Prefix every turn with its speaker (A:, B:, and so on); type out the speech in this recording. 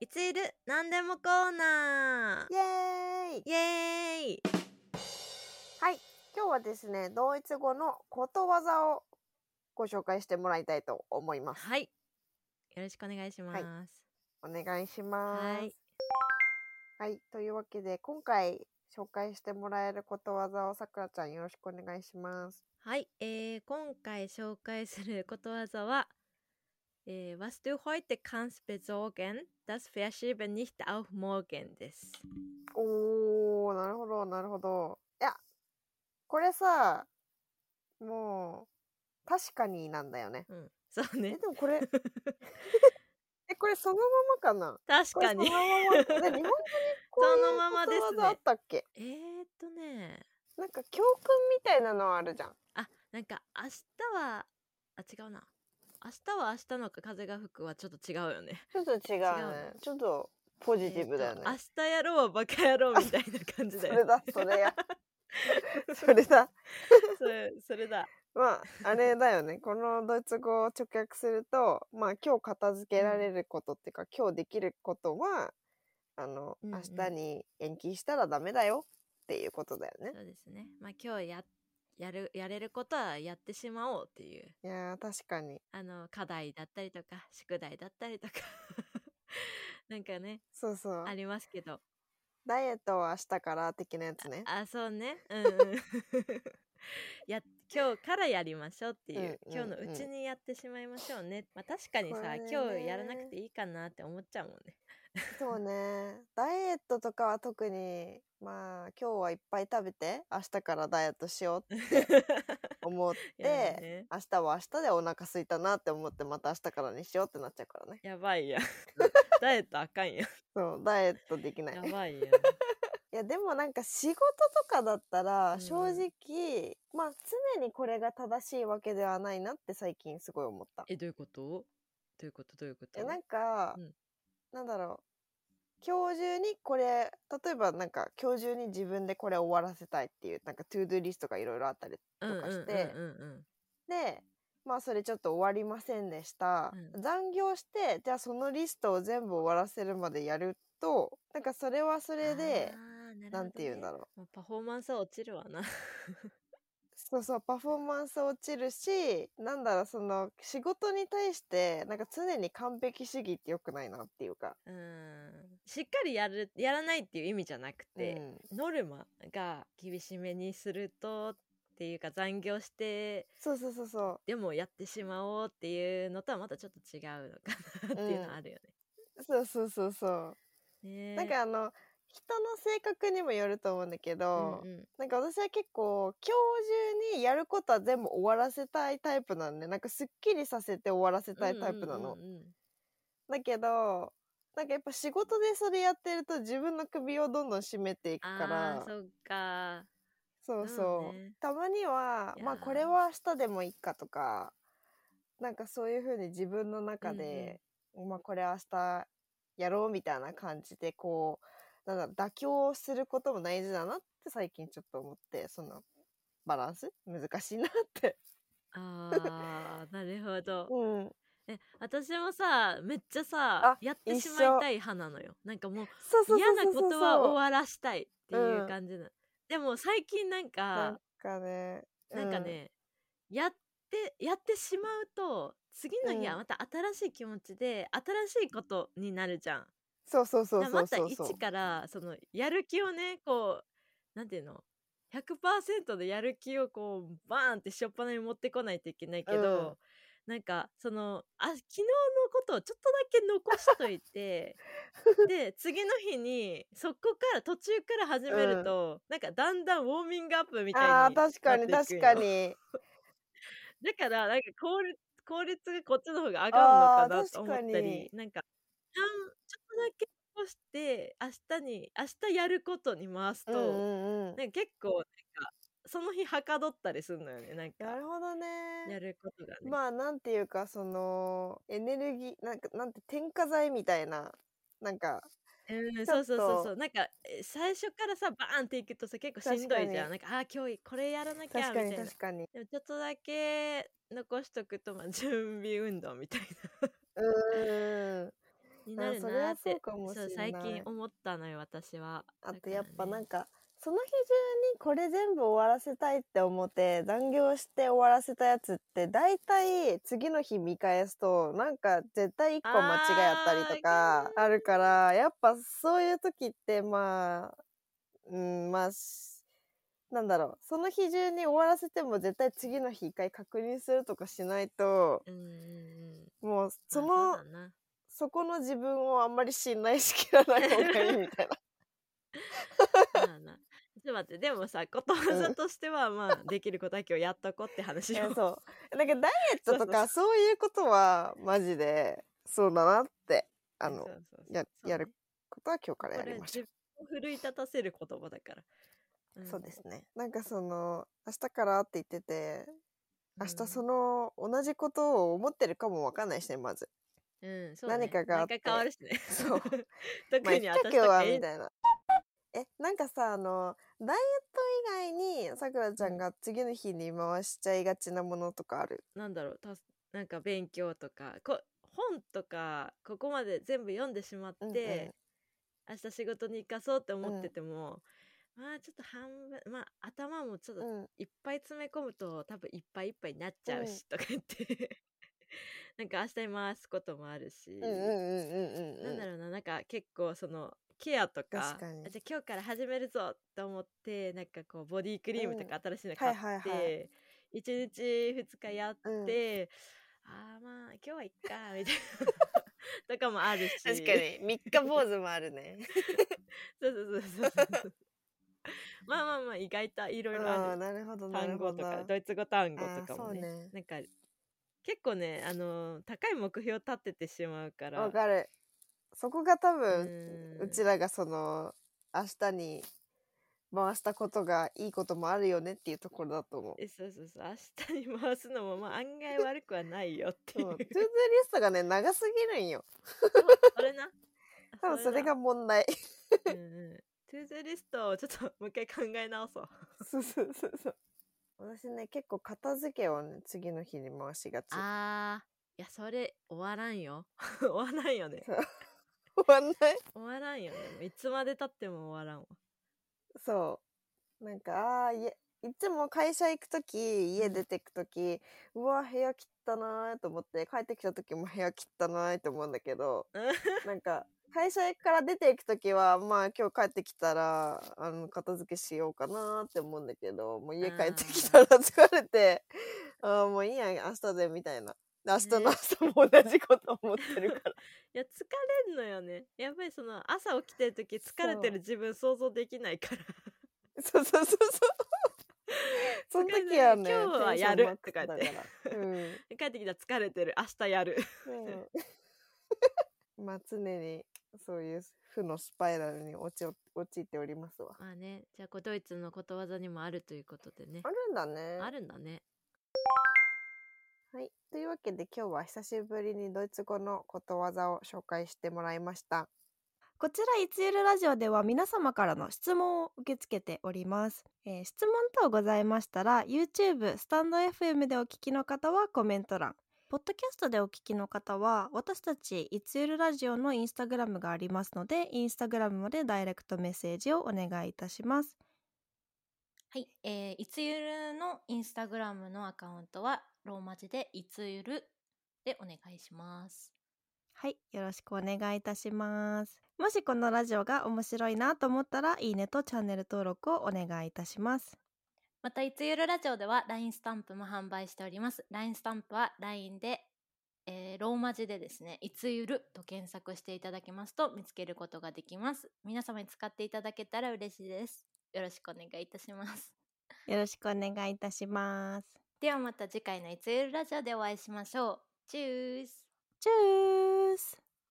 A: いついる何でもコーナ
B: イエー
A: ー
B: イ
A: イエーイ
B: はい今日はですねドイツ語のことわざをご紹介してもらいたいと思います
A: はいよろしくお願いします
B: お願いし
A: は
B: ます
A: い
B: はい、というわけで今回紹介してもらえることわざをさくらちゃんよろしくお願いします
A: はい、えー、今回紹介することわざは、えー、Was du heute kannst besorgen, das verschieben nicht auf morgen です。
B: おーなるほどなるほどいやこれさもう確かになんだよね
A: うん、そう
B: え
A: ね。
B: でも これえこれそのままかな
A: 確
B: これ
A: かに
B: そ。のままこれ日本語にこういう
A: そのままですね
B: ことわざあったっけ
A: えーっとね、
B: なんか教訓みたいなのあるじゃん
A: あ、なんか明日は、あ、違うな。明日は明日の風が吹くはちょっと違うよね。
B: ちょっと違うね
A: 違う
B: ちょっとポジティブだよね、
A: えーっと明日やろうはバカやろうみたいな感じだ
B: そ
A: よ
B: れ
A: ね。
B: だそ れやそれだ
A: それそれだ。
B: まああれだよねこのドイツ語を直訳するとまあ今日片付けられることっていうか、今日できることはあの、
A: うんうん
B: 明日に延期したらダメだよっていうことだよね。
A: そうですね。まあ今日や、やる、やれることはやってしまおうっていう。
B: いやー確かに
A: あの課題だったりとか宿題だったりとか なんかね
B: そうそう
A: ありますけど
B: ダイエットは明日から的なやつね。
A: あそうねうんうん や今日からやりましょうっていう、
B: うん
A: 今日の
B: うんうん
A: うちにやってしまいましょうね、まあ、確かに
B: こ
A: さ
B: れね
A: 今日やらなくていいかなって思っちゃうもんね
B: そうねダイエットとかは特にまあ今日はいっぱい食べて明日からダイエットしようって 思っ
A: やだ
B: て、
A: ね
B: 明日は明日でお腹空いたなって思ってまた明日からにしようってなっちゃうからね。
A: やばいやん ダイエットあかんやん
B: そうダイエットできない
A: や。ばいやん
B: いやでもなんか仕事とかだったら
A: うん
B: 正直、まあ常にこれが正しいわけではないなって最近すごい思った。
A: えどういうことどういうことどういうこ
B: い
A: と
B: やなんか、
A: うん
B: なんだろう今日中にこれ例えばなんか今日中に自分でこれ終わらせたいっていうなんかトゥードゥリストがいろいろあったり
A: うん
B: とかして
A: うんうんうん
B: でまあそれちょっと終わりませんでした、
A: う
B: 残業してじゃあそのリストを全部終わらせるまでやるとなんかそれはそれで
A: あーるほどね
B: なんて言うんだろう
A: もうパフォーマンスは落ちるわな
B: そうそうパフォーマンス落ちるしなんだろうその仕事に対してなんか常に完璧主義ってよくないなっていうか、
A: うんしっかりやるやらないっていう意味じゃなく
B: う
A: て、
B: ん
A: ノルマが厳しめにするとっていうか残業して
B: そうそうそうそ
A: でもやってしまおうっていうのとはまたちょっと違うのかなっていうのはあるよね。
B: うそうそうそうそう、
A: ねえ
B: なんかあの人の性格にもよると思うんだけど、
A: うんうん
B: なんか私は結構今日中にやることは全部終わらせたいタイプなんでなんかすっきりさせて終わらせたいタイプなの、
A: うんうんうんうん
B: だけどなんかやっぱ仕事でそれやってると自分の首をどんどん絞めていくか
A: あ
B: ら
A: ーそっ か
B: そうそう、
A: うんね
B: たまにはい
A: や
B: まあ
A: ー
B: これは明日でもいいかとかなんかそういうふうに自分の中
A: うんうん
B: で、まあこれ明日やろうみたいな感じでこうなんだ妥協することも大事だなって最近ちょっと思ってそのバランス難しい なって。
A: あーなるほど。
B: うん、
A: え私もさめっちゃ
B: あ
A: さやってしまいたい派なのよ。なんかもう
B: そうそうそうそうそう
A: 嫌なことは終わらしたいってい
B: うん
A: う感じな、でも最近なん
B: なん
A: か、
B: かね
A: なんか、ねやってやってしまうと次の日
B: う
A: は
B: ん
A: また新しい気持ちで、新しいことになるじゃん。
B: うんそうそうそう
A: だから
B: そう
A: また
B: そうそう
A: 一からそのやる気をねこうなんていうの100%でやる気をこうバーンってしょっぱなに持ってこないといけないけど、なんかそのあ昨日のことをちょっとだけ残しとい てで次の日にそこから途中から始めると、なんかだんだんウォーミングアップみたいに
B: あー確かに
A: なってい
B: 確
A: くんよ
B: かに
A: だからなんか効率効率がこっちの方が上がるのか
B: あー
A: なと思っ
B: 確
A: た
B: か
A: り
B: に
A: なんかちょちょっとだけ残して明日に明日やることに回すと、
B: うんうんうん
A: なんか結構なんかその日はかどったりするのよねなん
B: な
A: か
B: るほどね
A: やることがね。
B: まあなんていうかそのエネルギーなんかなんて添加剤みたいななんか
A: うん、
B: ちょ
A: そうそう
B: っと
A: そうそうなんかえ最初からさバーンっていくとさ結構しんどいじゃんなんかあー今日これやらなきゃみた
B: 確かに
A: いな
B: 確かに
A: でもちょっとだけ残しとくと、まあ、準備運動みたいな
B: うーん
A: になる
B: それ
A: なー
B: は
A: っ
B: そう
A: て
B: かもし
A: そう
B: れない
A: 最近思ったのよ私は
B: あ
A: だ
B: と
A: から
B: やっぱ
A: ね
B: なんかその日中にこれ全部終わらせたいって思って残業して終わらせたやつって大体次の日見返すとなんか絶対1個間違えあったりとかあるからやっぱそういう時ってまあうんまあしなんだろうその日中に終わらせても絶対次の日一回確認するとかしないと
A: うんうんうん
B: もうその、
A: まあそうだな
B: そこの自分をあんまり信頼しきらない方がいいみ たいな。
A: そうだなちょっと待ってでもさことわ
B: う
A: ざ
B: ん
A: としては、まあできることは今日やっとこうって話
B: い
A: よ
B: やそうなんかダイエットとかそういうことはマジでそうだなってあ
A: そ
B: の
A: うそうそう
B: や
A: そう
B: やることは今日から
A: こ
B: や
A: れ
B: りまし
A: 自
B: ょ
A: 分を奮い立たせる言葉だから、
B: う。
A: ん
B: そうですねなんかその明日からって言ってて明
A: う
B: 日
A: ん
B: その同じことを思ってるかもわかんないしねまず。
A: うんそうね
B: 何かがあって
A: 毎回変わるしね
B: そうまあ、
A: 特
B: いっ
A: に
B: か
A: 私と
B: 今
A: か
B: 日は
A: え
B: みたいな。えなんかさあのダイエット以外にさくらちゃんが次の日に回しちゃいがちなものとかある
A: なんだろうたすなんか勉強とかこ本とかここまで全部読んでしまって、
B: うんうん
A: 明日仕事に行かそうって思ってても、まあちょっと半分まあ頭もちょっと
B: うん
A: いっぱい詰め込むと多分いっぱいいっぱいになっちゃうし、とか言って なんか明日に回すこともあるし、
B: うんうんうんうんうん
A: なんだろうななんか結構そのケアとか
B: 確かに
A: あじゃあ今日から始めるぞと思ってなんかこうボディクリームとか新しいの
B: は
A: 買
B: い
A: っ
B: はいはい
A: て一、日二日やっ
B: うん
A: て、あーまあ今日はいっかみたいな とかもあるし
B: 確かに三日坊主もあるね。
A: そうそうそうそうそう まあまあまあ意外といろいろあ
B: ああ
A: る
B: なるほどなる
A: 単
B: ほ
A: 語
B: ど。
A: とかドイツ語単語
B: あー
A: とかもね
B: そうね
A: なんか結構ねあのー高い目標立ててしまうから
B: わかる。そこが多
A: う
B: 分
A: ーん
B: うちらがその明日に回したことがいいこともあるよねっていうところだと思う。
A: えそうそうそう明日に回すのもまあ案外悪くはないよっていう
B: そうトゥーズリストがね長すぎるんよ。
A: それ な
B: 多分それが問題。
A: うん うんトゥーズリストをちょっともう一回考え直そう
B: そうそうそうそう。私ね結構片付けをね次の日に回しがち。
A: あーいやそれ終わらんよ 終わらんよね
B: 終わんない。
A: 終わらんよねもういつまでたっても終わらんわ
B: そう。なんか、ああ、いえ、いつも会社行くとき、家出てくとき、うわ、部屋切ったなーと思って、帰ってきたときも部屋切ったなーと思うんだけど、なんか、会社から出ていくときは、まあ今日帰ってきたら、あの、片付けしようかなーって思うんだけど、もう家帰ってきたら疲れて、ああ、もういいやん、明日で、みたいな。で明日の
A: ね
B: 朝も同じこと思ってるから。
A: いや疲れんのよねやっぱりその朝起きてる時疲れてる自分想像できないから
B: そうそうそうそう。その時は
A: 今日は
B: ね、テンション
A: やる
B: マックスだ
A: とか言って
B: から うん。
A: 帰ってきたら疲れてる明日やる
B: うん まあ常にそういう負のスパイラルに落ちお陥っておりますわ。
A: まあねじゃあこうドイツのことわざにもあるということでね
B: あるんだね。
A: あるんだね
B: はい。というわけで今日は久しぶりにドイツ語のことわざを紹介してもらいました。
C: こちらいつゆるラジオでは皆様からの質問を受け付けております、えー質問等ございましたら YouTube スタンド FM でお聞きの方はコメント欄ポッドキャストでお聞きの方は私たちいつゆるラジオのインスタグラムがありますのでインスタグラムまでダイレクトメッセージをお願いいたします
D: はい、えー、いつゆるのインスタグラムのアカウントはローマ字でいつゆるでお願いします。
C: はいよろしくお願いいたしますもしこのラジオが面白いなと思ったらいいねとチャンネル登録をお願いいたします
D: また、いつゆるラジオでは LINE スタンプも販売しております。LINE スタンプは LINE で、えーローマ字でですね、いつゆると検索していただきますと見つけることができます。皆様に使っていただけたら嬉しいです。よろしくお願いいたします。
C: よろしくお願いいたします
D: ではまた次回のいつゆるラジオでお会いしましょう。チュース
C: Tschüss.